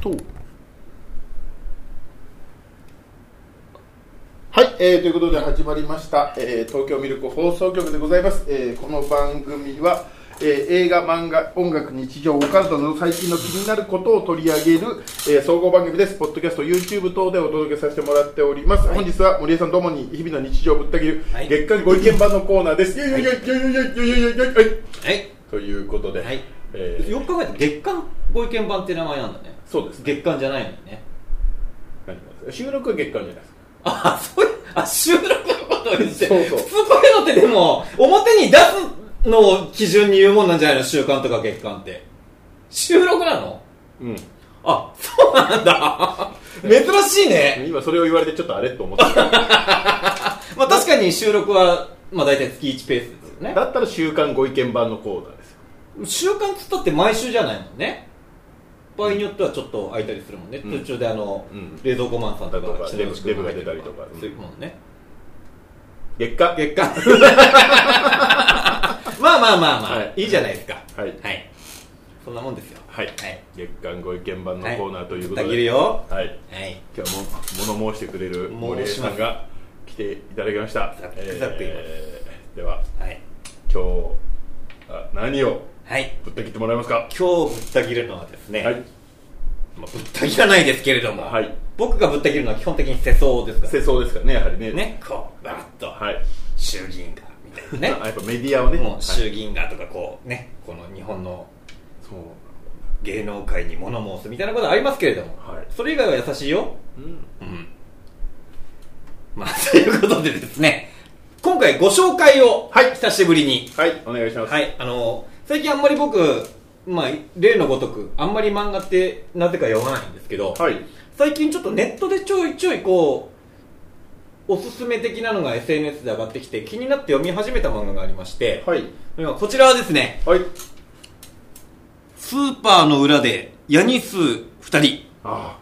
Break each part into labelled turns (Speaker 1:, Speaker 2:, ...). Speaker 1: と、はい、えーということで始まりました、えー東京ミルク放送局でございます。えーこの番組は、えー映画、漫画、音楽、日常、おかんとの最近の気になることを取り上げる、えー総合番組です。ポッドキャスト、YouTube 等でお届けさせてもらっております。本日は森江さんどうもに日々の日常をぶった切る、
Speaker 2: はい
Speaker 1: 月間ご意見番のコーナーです。よいよいよいよいよいよいよいよいよいよい
Speaker 2: はい
Speaker 1: ということで、
Speaker 2: はい
Speaker 1: えー
Speaker 2: よく考えて月刊ご意見版って名前なんだね
Speaker 1: そうですね
Speaker 2: 月刊じゃないのにね
Speaker 1: 何がですか収録は月間じゃないですか
Speaker 2: あそういうあ収録のことを言って
Speaker 1: そうそう
Speaker 2: 普通こういうのってでも表に出すのを基準に言うもんなんじゃないの週刊とか月刊って収録なの
Speaker 1: うん
Speaker 2: あそうな んだ珍しいね、
Speaker 1: 今それを言われてちょっとあれと思 った
Speaker 2: まあ、確かに収録は、まあ、大体月1ペースですよね
Speaker 1: だったら週刊ご意見版のコーナーですよ
Speaker 2: 週刊つったって毎週じゃないもんね場合によってはちょっと空いたりするもんね、
Speaker 1: うん
Speaker 2: 途中であの、
Speaker 1: うん
Speaker 2: 冷蔵庫マンさんと
Speaker 1: だと
Speaker 2: か
Speaker 1: か
Speaker 2: 北之
Speaker 1: デブ
Speaker 2: 口君
Speaker 1: デブが出たりとか
Speaker 2: そういうもんね、
Speaker 1: 月間
Speaker 2: 月刊 まあまあまあまあ、
Speaker 1: はい
Speaker 2: い、いじゃないですか
Speaker 1: はい
Speaker 2: はい、そんなもんですよ
Speaker 1: はい
Speaker 2: はい
Speaker 1: 月刊ご意見版のコーナーということ
Speaker 2: は
Speaker 1: で、
Speaker 2: ぶった切るよ
Speaker 1: はい
Speaker 2: はい
Speaker 1: 今日も物申してくれる森江さんが来ていただきました
Speaker 2: ざっくざっく言います
Speaker 1: では
Speaker 2: はい、
Speaker 1: 今日あ何を
Speaker 2: はい、
Speaker 1: ぶった切ってもらえますか
Speaker 2: 今日ぶった切るのはですね、
Speaker 1: はい
Speaker 2: まあ、ぶった切らないですけれども、
Speaker 1: はい
Speaker 2: 僕がぶった切るのは基本的に世相ですから
Speaker 1: 世相ですからねやはりね
Speaker 2: ねこうバーッと、
Speaker 1: はい
Speaker 2: 衆議院がみたいなね
Speaker 1: あやっぱメディアをね
Speaker 2: も
Speaker 1: は
Speaker 2: う
Speaker 1: い
Speaker 2: 衆議院がとかこうねこの日本の
Speaker 1: そう
Speaker 2: 芸能界に物申すみたいなことありますけれども、
Speaker 1: はい
Speaker 2: それ以外は優しいよ
Speaker 1: うん
Speaker 2: うんまあ ということでですね今回ご紹介を、
Speaker 1: はい
Speaker 2: 久しぶりに
Speaker 1: はいお願いします
Speaker 2: はいあの最近あんまり僕まあ例のごとくあんまり漫画ってなぜか読まないんですけど、
Speaker 1: はい
Speaker 2: 最近ちょっとネットでちょいちょいこうおすすめ的なのが SNS で上がってきて気になって読み始めた漫画がありまして、
Speaker 1: はい
Speaker 2: 今こちらはですね
Speaker 1: はい
Speaker 2: スーパーの裏でヤニ数2人
Speaker 1: あ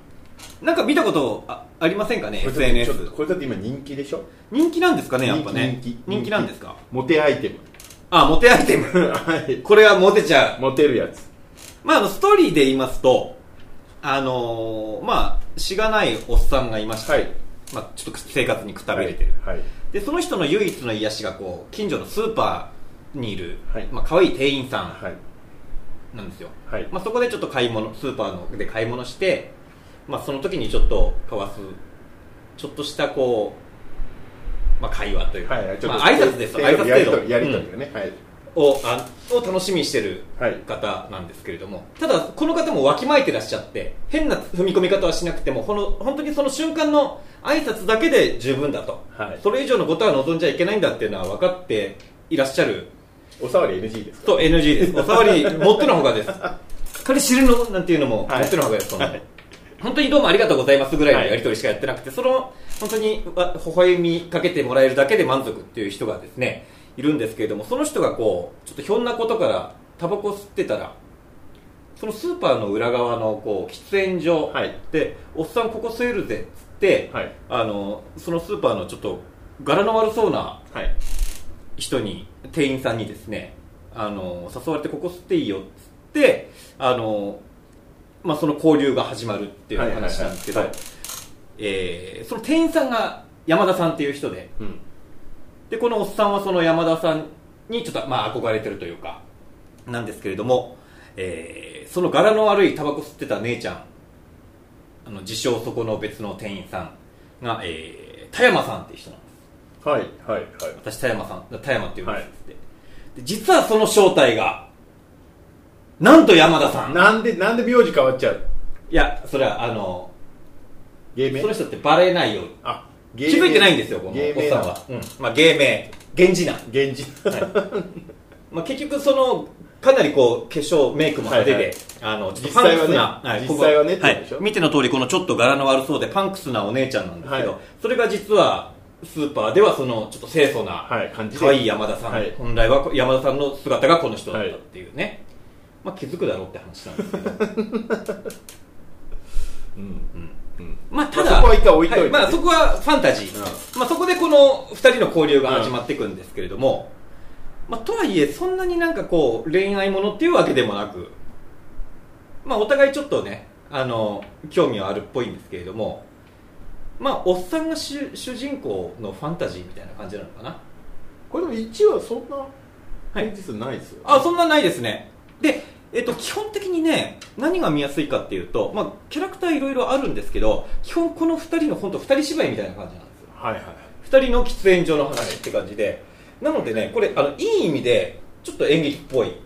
Speaker 2: なんか見たことあありませんかね
Speaker 1: あ
Speaker 2: SNS
Speaker 1: これだって今人気でしょ
Speaker 2: 人気なんですかねやっぱね
Speaker 1: 人気
Speaker 2: 人気なんですか
Speaker 1: モテアイテム
Speaker 2: あモテアイテム
Speaker 1: はい
Speaker 2: これはモテちゃう
Speaker 1: モテるやつ
Speaker 2: まああのストーリーで言いますとあのーまあしがないおっさんがいまして、
Speaker 1: はい
Speaker 2: まあ、ちょっと生活にくたびれてる、
Speaker 1: はい
Speaker 2: でその人の唯一の癒しがこう近所のスーパーにいる、
Speaker 1: はい
Speaker 2: まあ可愛い店員さん
Speaker 1: はい
Speaker 2: なんですよ、
Speaker 1: はい
Speaker 2: まあ、そこでちょっと買い物スーパーので買い物して、まあ、その時にちょっと交わすちょっとしたこう、まあ、会話というか、
Speaker 1: はいちょっ
Speaker 2: ま
Speaker 1: と
Speaker 2: あ、挨拶ですよ挨
Speaker 1: やりとり
Speaker 2: 拶程度
Speaker 1: やりとりがねはい
Speaker 2: うんをあを楽しみにしてる
Speaker 1: はい
Speaker 2: 方なんですけれどもただこの方もわきまえてらっしゃって変な踏み込み方はしなくてもこの本当にその瞬間の挨拶だけで十分だと、
Speaker 1: はい
Speaker 2: それ以上のことは望んじゃいけないんだっていうのは分かっていらっしゃる
Speaker 1: おさわり NG です
Speaker 2: と NG です。おさわり、もってのほかです。彼知るのなんていうのも、
Speaker 1: はい
Speaker 2: もってのほかです。その本当にどうもありがとうございますぐらいの
Speaker 1: はい
Speaker 2: やり取りしかやってなくて、その、本当に、わ微笑みかけてもらえるだけで満足っていう人がですね、いるんですけれども、その人がこう、ちょっとひょんなことから、タバコ吸ってたら、そのスーパーの裏側のこう喫煙所
Speaker 1: はい
Speaker 2: で、おっさんここ吸えるぜっつって、
Speaker 1: はい
Speaker 2: あのそのスーパーのちょっと柄の悪そうな
Speaker 1: はい
Speaker 2: 人に店員さんにですねあの誘われてここ吸っていいよっつってあの、まあ、その交流が始まるっていう
Speaker 1: はいはいはい
Speaker 2: 話なんですけど
Speaker 1: はい
Speaker 2: えーその店員さんが山田さんっていう人で
Speaker 1: うん
Speaker 2: でこのおっさんはその山田さんにちょっと、まあ、憧れてるというかなんですけれども、えーその柄の悪いタバコ吸ってた姉ちゃんあの自称そこの別の店員さんが、えー、田山さんっていう人なんです
Speaker 1: はいはいはい
Speaker 2: 私田山さん田山って呼ぶんですって、で実はその正体がなんと山田さんい
Speaker 1: なんでなんで名字変わっちゃう
Speaker 2: やそれはあの
Speaker 1: 芸名
Speaker 2: その人ってバレないように
Speaker 1: あ気
Speaker 2: 気づいてないんですよこのおっ
Speaker 1: 芸名
Speaker 2: さんは、うんまあ、芸名源氏なん、
Speaker 1: 源氏
Speaker 2: まあ、結局そのかなりこう化粧メイクも派手
Speaker 1: はい
Speaker 2: で
Speaker 1: はい
Speaker 2: あのちょっと
Speaker 1: 実際はね
Speaker 2: パンクスな
Speaker 1: 実
Speaker 2: ここ
Speaker 1: 際はねって
Speaker 2: は
Speaker 1: ことでし
Speaker 2: い
Speaker 1: ょ、
Speaker 2: 見ての通りこのちょっと柄の悪そうでパンクスなお姉ちゃんなんですけど、
Speaker 1: はい
Speaker 2: それが実はスーパーではそのちょっと清楚な、
Speaker 1: はい感じで
Speaker 2: 可愛い山田さん、
Speaker 1: はい
Speaker 2: 本来は山田さんの姿がこの人だったっていうね、まあ、気づくだろうって話なんですけど
Speaker 1: うん
Speaker 2: まあた
Speaker 1: まあ
Speaker 2: だ
Speaker 1: そこは一回置いといてね
Speaker 2: まあ、そこはファンタジー、
Speaker 1: う
Speaker 2: まあ、そこでこの2人の交流が始まっていくんですけれども、まあ、とはいえそんなになんかこう恋愛ものっていうわけでもなく、まあ、お互いちょっとねあの興味はあるっぽいんですけれどもまあおっさんが主主人公のファンタジーみたいな感じなのかな
Speaker 1: これでも1はそんな
Speaker 2: はい
Speaker 1: 変数ないですよね、
Speaker 2: あそんなないですねで、えっと基本的にね何が見やすいかっていうと、まあ、キャラクターいろいろあるんですけど基本この2人の本当2人芝居みたいな感じなんですよ
Speaker 1: はいはい
Speaker 2: 2人の喫煙所の話って感じでなのでねこれあのいい意味でちょっと演劇っぽい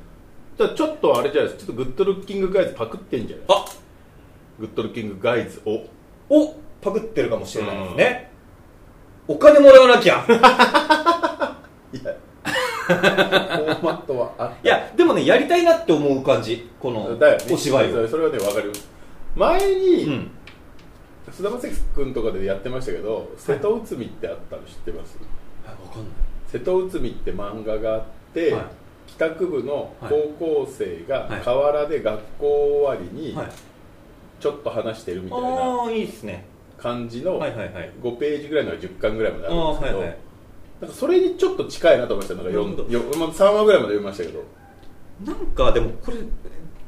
Speaker 1: だからちょっとあれじゃないですかちょっとグッドルッキングガイズパクってんじゃない
Speaker 2: あ
Speaker 1: グッドルッキングガイズを
Speaker 2: をパクってるかもしれないですね、お金もらわなきゃ
Speaker 1: いやフォーマットはあっ
Speaker 2: いやでもねやりたいなって思う感じこの
Speaker 1: だよね
Speaker 2: お芝居
Speaker 1: そ
Speaker 2: を、
Speaker 1: れそれはね分かる前に、
Speaker 2: うん、
Speaker 1: 菅田将暉君とかでやってましたけど瀬戸内海ってあったの知ってます、
Speaker 2: あわかん
Speaker 1: 瀬戸内海って漫画があって、
Speaker 2: はい
Speaker 1: 帰宅部の高校生
Speaker 2: は
Speaker 1: が
Speaker 2: い
Speaker 1: 河原で学校終わりに
Speaker 2: はい、
Speaker 1: ちょっと話してるみたいな
Speaker 2: ああーいいですね
Speaker 1: 感じの
Speaker 2: はいはいはい
Speaker 1: 5ページぐらいのが10巻ぐらいまで
Speaker 2: あ
Speaker 1: あ
Speaker 2: あ
Speaker 1: るんですけ
Speaker 2: ー
Speaker 1: ど、
Speaker 2: はいはい
Speaker 1: なんかそれにちょっと近いなと思いましたなんか
Speaker 2: なるほど
Speaker 1: 3話ぐらいまで読みましたけど
Speaker 2: なんかでもこれ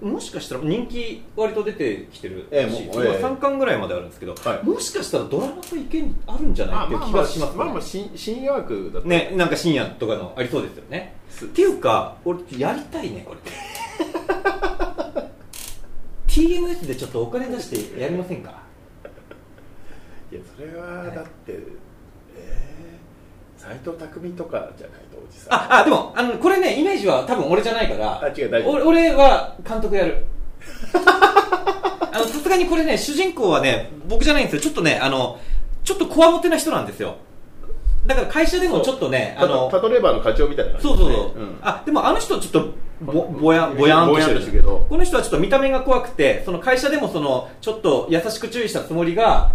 Speaker 2: もしかしたら人気割と出てきてるし、
Speaker 1: ええもう
Speaker 2: 今
Speaker 1: ええ
Speaker 2: 3巻ぐらいまであるんですけど、
Speaker 1: はい
Speaker 2: もしかしたらドラマと意見あるんじゃないっていう気がしますね,、
Speaker 1: まあまあ深深夜枠だった
Speaker 2: ねなんか深夜とかのありそうですよね
Speaker 1: す
Speaker 2: っていうか俺やりたいねこれ TMS でちょっとお金出してやりませんか
Speaker 1: いやそれはだって、えー、斎藤匠とかじゃないとおじさん
Speaker 2: ああでもあのこれねイメージは多分俺じゃないから
Speaker 1: あ違う大丈夫
Speaker 2: 俺俺は監督やるあのさすがにこれね主人公はね僕じゃないんですよちょっとねあのちょっとこわもてな人なんですよだから会社でもちょっとねあ
Speaker 1: あの
Speaker 2: の
Speaker 1: パトレーバーの課長みたいな感じ
Speaker 2: そうそうそう、
Speaker 1: ん
Speaker 2: あでもあの人ちょっとぼぼやぼやん
Speaker 1: ぼ
Speaker 2: ぼ
Speaker 1: や
Speaker 2: や
Speaker 1: んと
Speaker 2: んと
Speaker 1: し
Speaker 2: してて
Speaker 1: るけど
Speaker 2: この人はちょっと見た目が怖くてその会社でもそのちょっと優しく注意したつもりが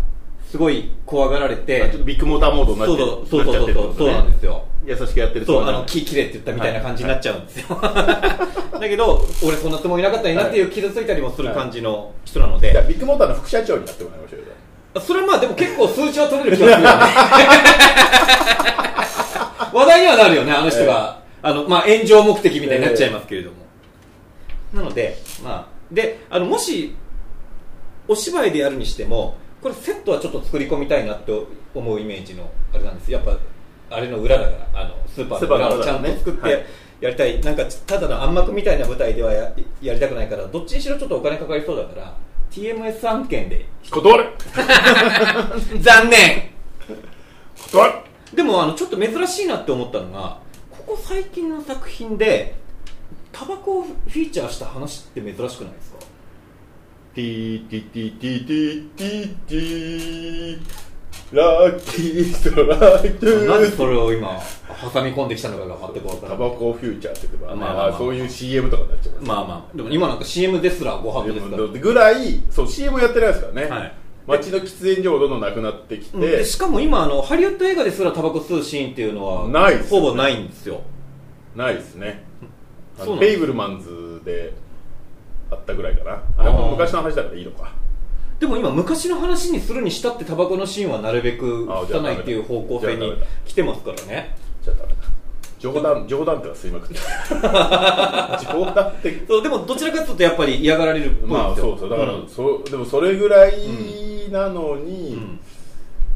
Speaker 2: すごい怖がられ
Speaker 1: あちょってとビッグモーターモードになっ
Speaker 2: そう
Speaker 1: て
Speaker 2: そうそ
Speaker 1: なっ
Speaker 2: うそう
Speaker 1: ちゃっ
Speaker 2: そ
Speaker 1: てる
Speaker 2: う
Speaker 1: って
Speaker 2: そう
Speaker 1: こと
Speaker 2: そう
Speaker 1: ね
Speaker 2: なんですよ
Speaker 1: 優しくやってる
Speaker 2: そう
Speaker 1: な
Speaker 2: あ
Speaker 1: の
Speaker 2: の木切れって言ったみたいな感じになっちゃうんです よ、だけど俺そんなつもりなかったになっていう傷ついたりもする感じの人なので、
Speaker 1: じゃあビッグモーターの副社長になってもらいましょうよ
Speaker 2: それまあでも結構数値は取れる気がす るよね話題にはなるよねあの人が、あのまあ、炎上目的みたいになっちゃいますけれども、なので,、まあ、であのもしお芝居でやるにしてもこれセットはちょっと作り込みたいなと思うイメージのあれなんですやっぱあれの裏だからあのスーパーの裏をちゃんと作っ
Speaker 1: スーパーの裏だね
Speaker 2: てやりたい、なんかただの暗幕みたいな舞台ではややりたくないからどっちにしろちょっとお金かかりそうだから TMS 案件で
Speaker 1: 断る
Speaker 2: 残念
Speaker 1: 断る
Speaker 2: でもあのちょっと珍しいなって思ったのがここ最近の作品でタバコをフィーチャーした話って珍しくないですか
Speaker 1: ティーティーティーティーティーティーティーラッキーストライ
Speaker 2: なぜ
Speaker 1: ク
Speaker 2: それを今挟み込んできたのかが全く分か
Speaker 1: タ
Speaker 2: らな
Speaker 1: バ
Speaker 2: い
Speaker 1: コフューチャーって言えば、
Speaker 2: まあ
Speaker 1: まあ
Speaker 2: まあ
Speaker 1: そういう CM とかになっちゃう
Speaker 2: まあまあでも今なんか CM ですらご飯ですから、
Speaker 1: ぐらいそう CM やってないですからね、
Speaker 2: はい
Speaker 1: 街の喫煙所もどんどんなくなってきて、
Speaker 2: うんでしかも今あのハリウッド映画ですらタバコ吸うシーンっていうのは
Speaker 1: ないですね
Speaker 2: ほぼないんですよ
Speaker 1: ないですねあ
Speaker 2: そう
Speaker 1: の
Speaker 2: なんです
Speaker 1: ペイブルマンズであったぐらいかなあれも昔の話だからいいのか
Speaker 2: でも今昔の話にするにしたってタバコのシーンはなるべく
Speaker 1: あ
Speaker 2: 吸たないっていう方向性
Speaker 1: じゃあ
Speaker 2: に
Speaker 1: ダメだ
Speaker 2: 来てますからね
Speaker 1: じゃあダメだ冗談冗談っては吸いまく ってる冗談って
Speaker 2: そうでもどちらかというとやっぱり嫌がられるっぽいですよ、
Speaker 1: まあそうそうだから、
Speaker 2: ん
Speaker 1: そでもそれぐらいなのに、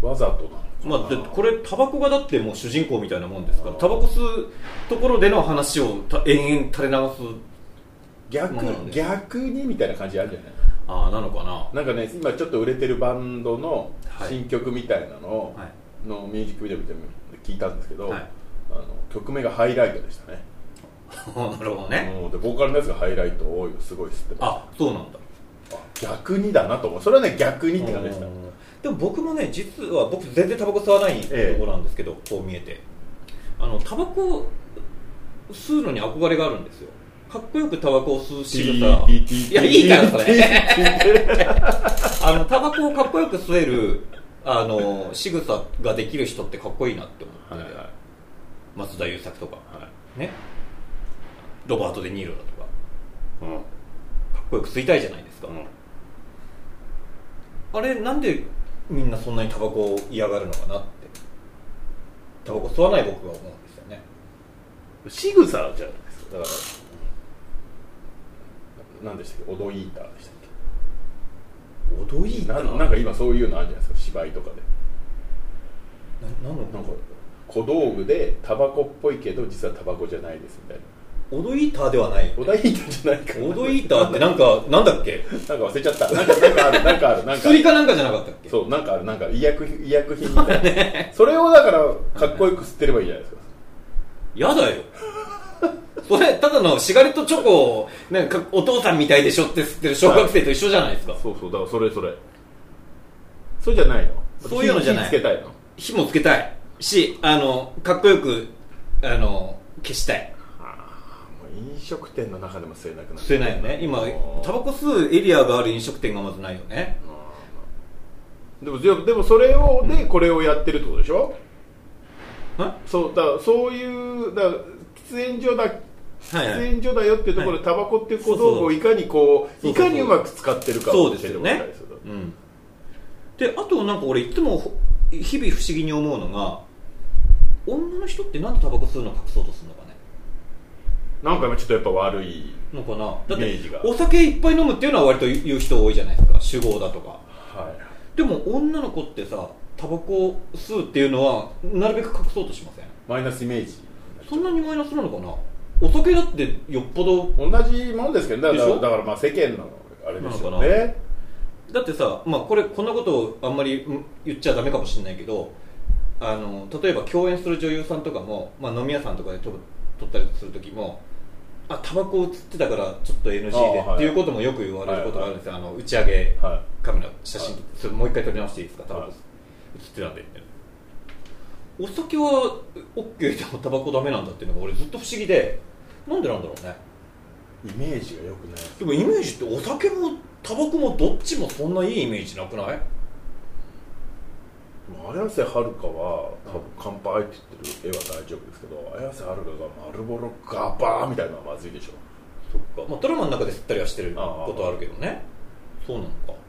Speaker 1: わざとなの
Speaker 2: まあ、でこれタバコがだってもう主人公みたいなもんですからタバコ吸うところでの話をた延々垂れ流す
Speaker 1: 逆
Speaker 2: そうなんです
Speaker 1: 逆にみたいな感じあるじゃない
Speaker 2: ああなのかな
Speaker 1: なんかね今ちょっと売れてるバンドの
Speaker 2: はい
Speaker 1: 新曲みたいなのを、
Speaker 2: は
Speaker 1: のミュージックビデオみたいなの聞いたんですけど、
Speaker 2: はい
Speaker 1: あの曲名がハイライトでしたね
Speaker 2: い なるほどね
Speaker 1: うんでボーカルのやつがハイライト多いのすごい吸ってます
Speaker 2: あそうなんだ
Speaker 1: あ逆にだなと思うそれはね逆にって感じでした
Speaker 2: うんでも僕もね実は僕全然タバコ吸わないと
Speaker 1: ええ
Speaker 2: ころなんですけど、こう見えてあのタバコを吸うのに憧れがあるんですよかっこよくタバコを吸う仕草いやいいからそれ
Speaker 1: れ
Speaker 2: あのタバコをかっこよく吸えるあの仕草ができる人ってかっこいいなって思って、
Speaker 1: はいはい
Speaker 2: 松田優作とか、ねロバート・デ・ニーロだとか
Speaker 1: うん
Speaker 2: かっこよく吸いたいじゃないですか、あれなんでみんなそんなにタバコを嫌がるのかなってタバコ吸わない僕が思うんですよね
Speaker 1: 仕草じゃないですかだから何でしたっけオドイーターでしたっ
Speaker 2: オドイータ
Speaker 1: な
Speaker 2: ー
Speaker 1: んなんか今そういうのあるじゃないですか芝居とかで
Speaker 2: ななんの
Speaker 1: なんか小道具でタバコっぽいけど実はタバコじゃないですみたいな
Speaker 2: オドイーターではないよね
Speaker 1: オダイータじゃないかな
Speaker 2: オドイーターってなんかなんだっけ
Speaker 1: なんか忘れちゃったなんかなんかあるなんかあるなんかあ
Speaker 2: 薬
Speaker 1: る
Speaker 2: かなんかじゃなかったっけ
Speaker 1: そうなんかあるなんか医薬品医薬品み たいな、それをだからかっこよく吸ってればいいじゃないですか
Speaker 2: やだよそれただのシガレットチョコをなんかお父さんみたいでしょって吸ってる小学生と一緒じゃないですか、
Speaker 1: そうそうだからそれそれそれじゃないの
Speaker 2: そういうのじゃない
Speaker 1: 火つけたいの
Speaker 2: 火もつけたいしあのかっこよくあの消したい
Speaker 1: もう飲食店の中でも吸えなくなる
Speaker 2: 吸えないよね今
Speaker 1: もう
Speaker 2: タバコ吸うエリアがある飲食店がまずないよね
Speaker 1: でもでもでもそれをでこれをやってるってことでしょ、
Speaker 2: は
Speaker 1: そうだからそういうだから喫煙所だ
Speaker 2: はいはい
Speaker 1: 喫煙所だよっていうところ
Speaker 2: は
Speaker 1: でタバコっていう小道具をいかにこう
Speaker 2: そうそ
Speaker 1: い
Speaker 2: う
Speaker 1: かにうまく使ってるか
Speaker 2: そう
Speaker 1: を
Speaker 2: ですよ
Speaker 1: もらい
Speaker 2: ね
Speaker 1: たいですよ
Speaker 2: うんであとなんか俺いつもほ日々不思議に思うのが女の人ってなんでタバコ吸うの隠そうとするのかね
Speaker 1: なんか今ちょっとやっぱ悪い
Speaker 2: のかなだっ
Speaker 1: イメージ
Speaker 2: て
Speaker 1: が
Speaker 2: お酒いっぱい飲むっていうのは割と言う人多いじゃないですか酒豪だとか
Speaker 1: はい
Speaker 2: でも女の子ってさタバコ吸うっていうのはなるべく隠そうとしません
Speaker 1: マイナスイメージ
Speaker 2: そんなにマイナスなのかなお酒だってよっぽど
Speaker 1: 同じもんですけどねだか
Speaker 2: でし
Speaker 1: ら
Speaker 2: ょ
Speaker 1: だからまあ世間のあれです
Speaker 2: な
Speaker 1: よ
Speaker 2: のかな
Speaker 1: ね
Speaker 2: だってさ、まあ、これこんなことをあんまりうん言っちゃダメかもしれないけどあの例えば共演する女優さんとかも、まあ、飲み屋さんとかで撮撮ったりする時もあタバコ映ってたからちょっと NG で、
Speaker 1: あはい
Speaker 2: っていうこともよく言われることがあるんですよ、あの打ち上げ
Speaker 1: は
Speaker 2: カメラ写真、それもう一回撮り直していいですかタバコ
Speaker 1: は
Speaker 2: 映
Speaker 1: い
Speaker 2: ってたんでお酒は OK でもタバコダメなんだっていうのが俺ずっと不思議でなんでなんだろうね
Speaker 1: いイメージが良くない
Speaker 2: でもイメージってお酒もタバコもどっちもそんないいイメージなくない
Speaker 1: まあ綾瀬はるかは多分乾杯って言ってる絵は大丈夫ですけど綾瀬はるかが丸ボロガバーみたいなのはまずいでしょ
Speaker 2: そっか、まあ、ドラマの中で吸ったりはしてることあるけどねそうなのか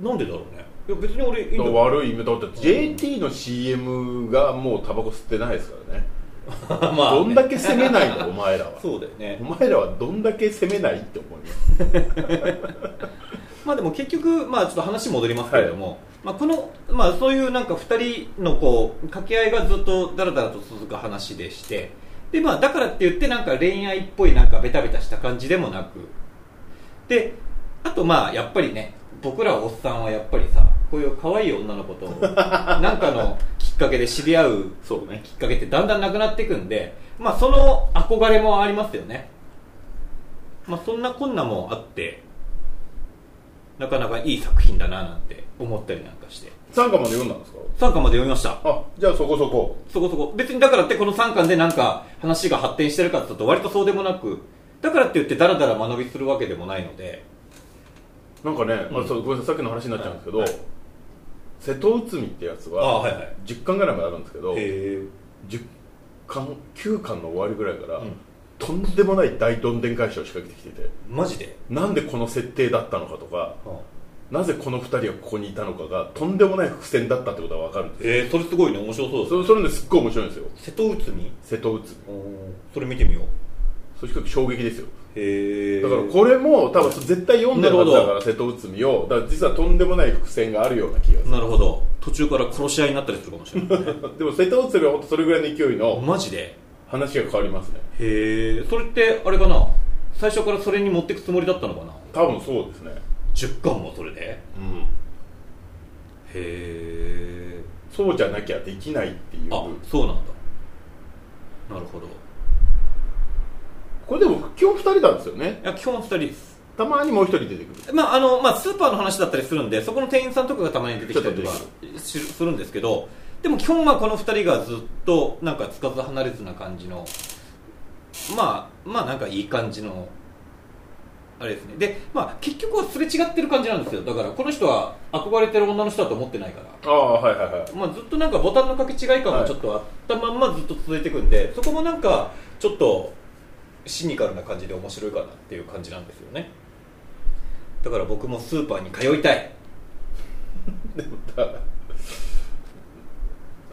Speaker 2: なんでだろうねいや別に俺いいん
Speaker 1: だ
Speaker 2: だ
Speaker 1: から悪い意味だって JT の CM がもうタバコ吸ってないですからね
Speaker 2: まあね
Speaker 1: どんだけ責めないのお前らは
Speaker 2: そうだよね
Speaker 1: お前らはどんだけ責めないって思います
Speaker 2: まあでも結局、まあ、ちょっと話戻りますけれども、まあ、この、まあ、そういうなんか2人のこう掛け合いがずっとだらだらと続く話でしてで、まあ、だからって言ってなんか恋愛っぽいなんかベタベタした感じでもなくであとまあやっぱりね僕らおっさんはやっぱりさこういう可愛い女の子となんかのきっかけで知り合う
Speaker 1: そうね
Speaker 2: きっかけってだんだんなくなっていくんで、まあ、その憧れもありますよね、まあ、そんなこんなもあってなかなかいい作品だななんて思ったりなんかして
Speaker 1: 3巻まで読んだんですか
Speaker 2: 3巻まで読みました
Speaker 1: あじゃあそこそこ
Speaker 2: そこそこ別にだからってこの3巻でなんか話が発展してるかって言うと割とそうでもなくだからって言ってダラダラ学びするわけでもないので
Speaker 1: なんかね、あそうごめんなさいさっきの話になっちゃうんですけど、
Speaker 2: はいはい
Speaker 1: 瀬戸内海ってやつ
Speaker 2: あ
Speaker 1: は
Speaker 2: はいはい
Speaker 1: 10巻ぐらいまであるんですけど
Speaker 2: へえ
Speaker 1: 10巻9巻の終わりぐらいから、
Speaker 2: うん
Speaker 1: とんでもない大どんでん返しを仕掛けてきてて
Speaker 2: マジで、
Speaker 1: なんでこの設定だったのかとか
Speaker 2: は
Speaker 1: なぜこの2人がここにいたのかがとんでもない伏線だったってことが分かるんですよ
Speaker 2: えー、それすごいね面白そうだ
Speaker 1: それそれですっごい面白いんですよ
Speaker 2: 瀬戸内海
Speaker 1: 瀬戸内海
Speaker 2: おーそれ見てみよう
Speaker 1: そして衝撃ですよ
Speaker 2: へえ
Speaker 1: だからこれも多分絶対読んでるはず
Speaker 2: なる
Speaker 1: だ
Speaker 2: ほ
Speaker 1: か
Speaker 2: ど
Speaker 1: ら瀬戸内海をだから実はとんでもない伏線があるような気がする
Speaker 2: なるほど途中から殺し合いになったりするかもしれない、ね、
Speaker 1: でも瀬戸内海は本当それぐらいの勢いの
Speaker 2: マジで
Speaker 1: 話が変わりますね
Speaker 2: へえそれってあれかな最初からそれに持ってくつもりだったのかな
Speaker 1: 多分そうですね
Speaker 2: 10巻もそれでへ
Speaker 1: うん
Speaker 2: え
Speaker 1: そうじゃなきゃできないっていう
Speaker 2: あそうなんだなるほどい
Speaker 1: これでも基本2人なんですよね
Speaker 2: や基本2人です
Speaker 1: たまにもう1人出てくる
Speaker 2: まああのまあ、スーパーの話だったりするんでそこの店員さんとかがたまに出てきたりとか
Speaker 1: ちょっ
Speaker 2: しするんですけどでも基本はこの2人がずっとなんかつかず離れずな感じのまあまあなんかいい感じのあれですねで、まあ、結局はすれ違ってる感じなんですよだからこの人は憧れてる女の人だと思ってないから
Speaker 1: ああはいはい はい
Speaker 2: まあ、ずっとなんかボタンの掛け違い感もちょっとあったまんまずっと続いていくんで、そこもなんかちょっとシニカルな感じで面白いかなっていう感じなんですよねだから僕もスーパーに通いたい
Speaker 1: だから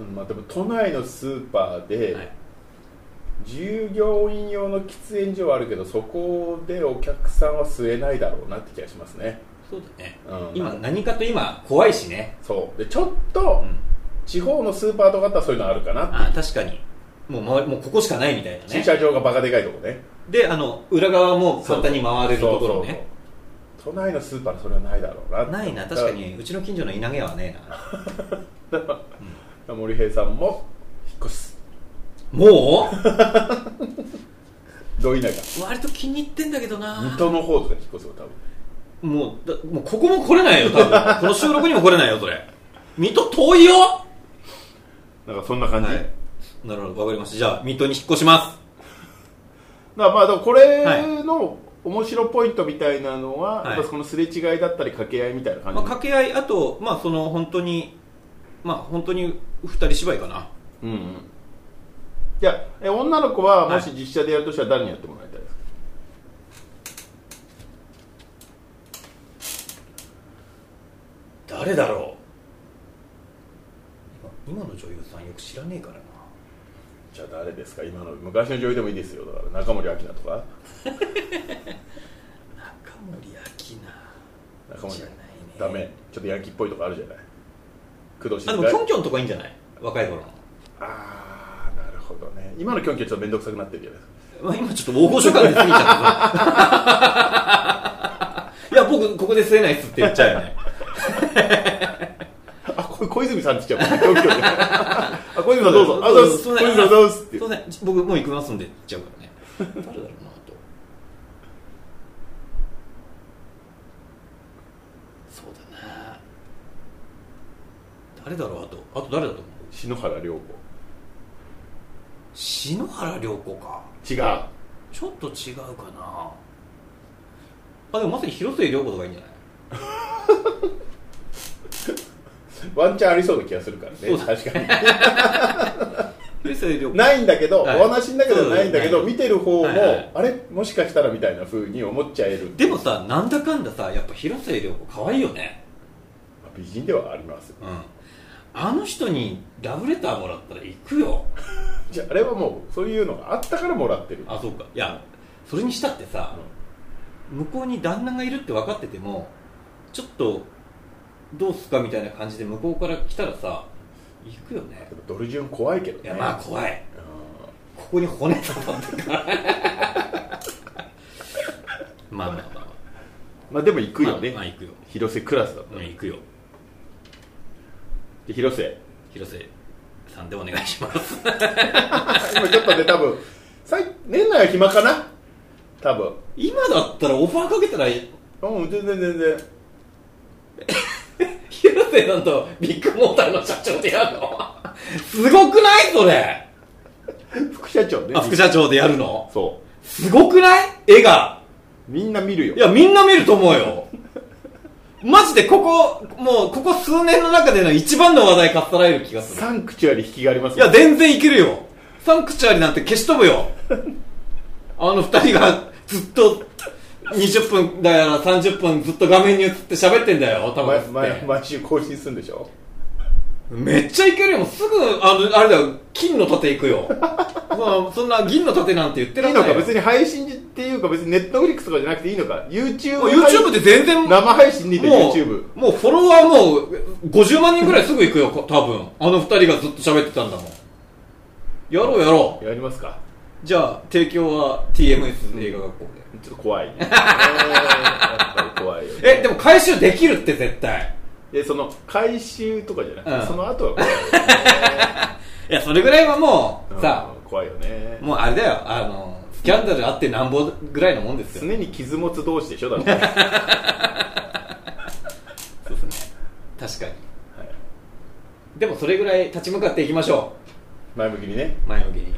Speaker 1: うんまあでも都内のスーパーで、
Speaker 2: はい
Speaker 1: 従業員用の喫煙所はあるけどそこでお客さんは吸えないだろうなって気がしますね
Speaker 2: そうだね、
Speaker 1: うん
Speaker 2: 今何かと今怖いしね、
Speaker 1: そうでちょっ
Speaker 2: う
Speaker 1: と
Speaker 2: ん、
Speaker 1: 地方のスーパーとかだったらそういうのあるかな、
Speaker 2: あ確かにもう周りもうここしかないみたいな
Speaker 1: 駐
Speaker 2: ね
Speaker 1: 車場がバカでかいとこね
Speaker 2: であの裏側も簡単に回れるところ
Speaker 1: そうそう
Speaker 2: ね
Speaker 1: そう都内のスーパーでそれはないだろうな
Speaker 2: ないな確かにうちの近所の稲毛はねえな
Speaker 1: 森平さんも引っ越す
Speaker 2: も
Speaker 1: ど田舎
Speaker 2: う 割と気に入ってんだけど
Speaker 1: 水
Speaker 2: な
Speaker 1: 戸の方とか引っ越すよ多分
Speaker 2: もうだもうここも来れないよ多分 この収録にも来れないよそれ水戸遠いよは
Speaker 1: なんかそんな感じ、
Speaker 2: いなるほどわかりましたじゃあ水戸に引っ越します
Speaker 1: まあまあでもこ
Speaker 2: は
Speaker 1: れの面白ポイントみたいなのは、
Speaker 2: はい
Speaker 1: やっぱそのすれ違いだったり掛け合いみたいな感じ、
Speaker 2: まあ、掛け合いあとまあその本当にまあ本当に二人芝居かな
Speaker 1: うんうんいやえ女の子は
Speaker 2: は
Speaker 1: も
Speaker 2: い
Speaker 1: し実写でやるとしたら誰にやってもらいたいですか、
Speaker 2: 誰だろう今今の女優さんよく知らねえからな
Speaker 1: じゃあ誰ですか今の昔の女優でもいいですよだから中森明菜とか
Speaker 2: 中森明菜
Speaker 1: 中森
Speaker 2: じ
Speaker 1: 明菜
Speaker 2: ゃないね
Speaker 1: ダメちょっとヤンキーっぽいとこあるじゃない工藤静
Speaker 2: あで
Speaker 1: 香
Speaker 2: もキョンキョンとかいいんじゃない若い頃の、
Speaker 1: ああなるほどね今のキョンキョンちょっと面倒くさくなってるじゃないですか
Speaker 2: まあ、今ちょっと大御所感で過ぎちゃった いや僕ここで吸えないっすって言っちゃうよね
Speaker 1: あこ小泉さんって言っちゃうキョンキョンであ小泉さんどうぞあどうぞ
Speaker 2: す
Speaker 1: 小
Speaker 2: いません
Speaker 1: 泉さんどうぞって
Speaker 2: すいません僕もう行きますんで行っちゃうからね誰だろうなとそうだな誰だろうあとあと誰だと思う
Speaker 1: 篠原涼
Speaker 2: 篠原涼子か
Speaker 1: 子違う
Speaker 2: ちょっと違うかなあでもまさに広末涼子とかいいんじゃない
Speaker 1: ワンチャンありそうな気がするからね
Speaker 2: そうだ
Speaker 1: 確かに
Speaker 2: 広末涼子
Speaker 1: ないんだけど、
Speaker 2: はい
Speaker 1: お話の中ではないんだけ
Speaker 2: そ
Speaker 1: ど
Speaker 2: うですね
Speaker 1: 見てる方も、
Speaker 2: はいはい
Speaker 1: あれもしかしたらみたいな風に思っちゃえる
Speaker 2: でもさなんだかんださやっぱ広末涼子可愛いよね
Speaker 1: まあ美人ではあります
Speaker 2: うんあの人にラブレターもらったら行くよ
Speaker 1: じゃああれはもうそういうのがあったからもらってる
Speaker 2: あそうかいやそれにしたってさ、向こうに旦那がいるって分かっててもちょっとどうすかみたいな感じで向こうから来たらさ行くよね
Speaker 1: でもドルジュン怖いけど
Speaker 2: い
Speaker 1: ね
Speaker 2: やまあ怖い
Speaker 1: うん
Speaker 2: ここに骨刺さってから まあまあまあまあ
Speaker 1: まあでも行くよね、
Speaker 2: まあまあ行くよ、
Speaker 1: 広瀬クラスだった
Speaker 2: う
Speaker 1: ら、
Speaker 2: ん、行くよ
Speaker 1: で広瀬
Speaker 2: 広瀬さんでお願いします
Speaker 1: 今ちょっとね多分さい年内は暇かな多分
Speaker 2: 今だったらオファーかけたら
Speaker 1: うん全然全然
Speaker 2: 広瀬さんとビッグモーターの社長でやる のすごくないそれ
Speaker 1: 副社長ね
Speaker 2: あ副社長でやるの
Speaker 1: そ
Speaker 2: すごくない絵が
Speaker 1: うみんな見るよ
Speaker 2: いや、みんな見ると思うよ。マジでここ、もう、ここ数年の中での一番の話題かっさらえる気がする。
Speaker 1: サンクチュアリ引きがあります
Speaker 2: いや、全然いけるよ。サンクチュアリなんて消し飛ぶよ。あの二人がずっと、20分だよな、30分ずっと画面に映って喋ってんだよ、多分
Speaker 1: 毎。毎毎週更新するんでしょ
Speaker 2: めっちゃいけるよ、もうすぐ、あの、あれだよ、金の盾いくよ。 まあ、そんな銀の盾なんて言って
Speaker 1: い
Speaker 2: ら
Speaker 1: い
Speaker 2: んな
Speaker 1: の
Speaker 2: い
Speaker 1: か
Speaker 2: よ。
Speaker 1: 別に配信っていうか別にネットフリックスとかじゃなくていいのか YouTube
Speaker 2: もう YouTube で全然、
Speaker 1: 生配信にて
Speaker 2: もう
Speaker 1: YouTube
Speaker 2: もうフォロワーもう50万人ぐらいすぐ行くよ、こ多分。あの二人がずっと喋ってたんだもん。やろうやろ
Speaker 1: やりますか
Speaker 2: う。じゃあ、提供は TMS 映画学校
Speaker 1: ちょっと怖い ねやっぱり怖いよね
Speaker 2: で。え、でも回収できるって絶対。
Speaker 1: でその回収とかじゃなくて、
Speaker 2: うん
Speaker 1: その後は怖いよ
Speaker 2: いや、それぐらいはもう、
Speaker 1: ね
Speaker 2: さ、
Speaker 1: うん怖いよね
Speaker 2: もうあれだよ、あの、スキャンダルあってなんぼぐらいのもんですよ。
Speaker 1: 常に傷持つ同士でしょだって、 はい、
Speaker 2: そうですね。確かに。でもそれぐらい立ち向かっていきましょ
Speaker 1: 前向きにね
Speaker 2: う。前向きに。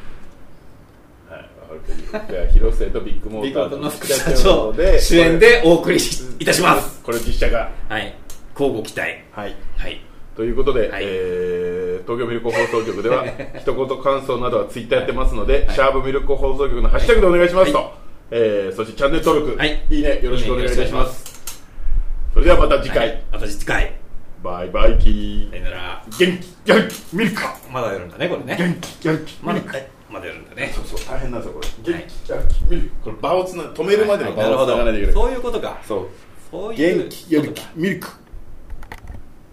Speaker 1: はいわかるけどじゃあ広瀬とビッグモ
Speaker 2: ビ
Speaker 1: ー
Speaker 2: ッ
Speaker 1: タ
Speaker 2: グ
Speaker 1: ー
Speaker 2: ボトの副社長主演でお送りいたします。
Speaker 1: これ実写が
Speaker 2: はい。交互期待。
Speaker 1: はい
Speaker 2: はい。
Speaker 1: ということで、
Speaker 2: はい
Speaker 1: えー東京ミルク放送局で は一言感想などはツイッターやってますので、シャープミルク放送局のハッシュタグでお願いしますと、
Speaker 2: はい
Speaker 1: えーそしてチャンネル登録、
Speaker 2: はいい、
Speaker 1: いねよろしくお願いいたします
Speaker 2: いいねよろしくお願いしま
Speaker 1: それではまた次回、
Speaker 2: はい、あと次回
Speaker 1: バイバイキー
Speaker 2: さよなら
Speaker 1: 元気元気ミルク
Speaker 2: まだやるんだねこれね
Speaker 1: 元気元気
Speaker 2: ま
Speaker 1: ミ
Speaker 2: だ
Speaker 1: ルク
Speaker 2: えまでやるんだね
Speaker 1: そうそう大変なんですよこれ、
Speaker 2: はい
Speaker 1: 元気あ見るこれ場をつな止めるまでの
Speaker 2: な
Speaker 1: 場
Speaker 2: る
Speaker 1: を
Speaker 2: ほ
Speaker 1: つな
Speaker 2: ど
Speaker 1: がないといけない、
Speaker 2: そういうことか
Speaker 1: そう
Speaker 2: そうい
Speaker 1: 元
Speaker 2: う
Speaker 1: 気よ
Speaker 2: こ
Speaker 1: り
Speaker 2: とか
Speaker 1: ミルク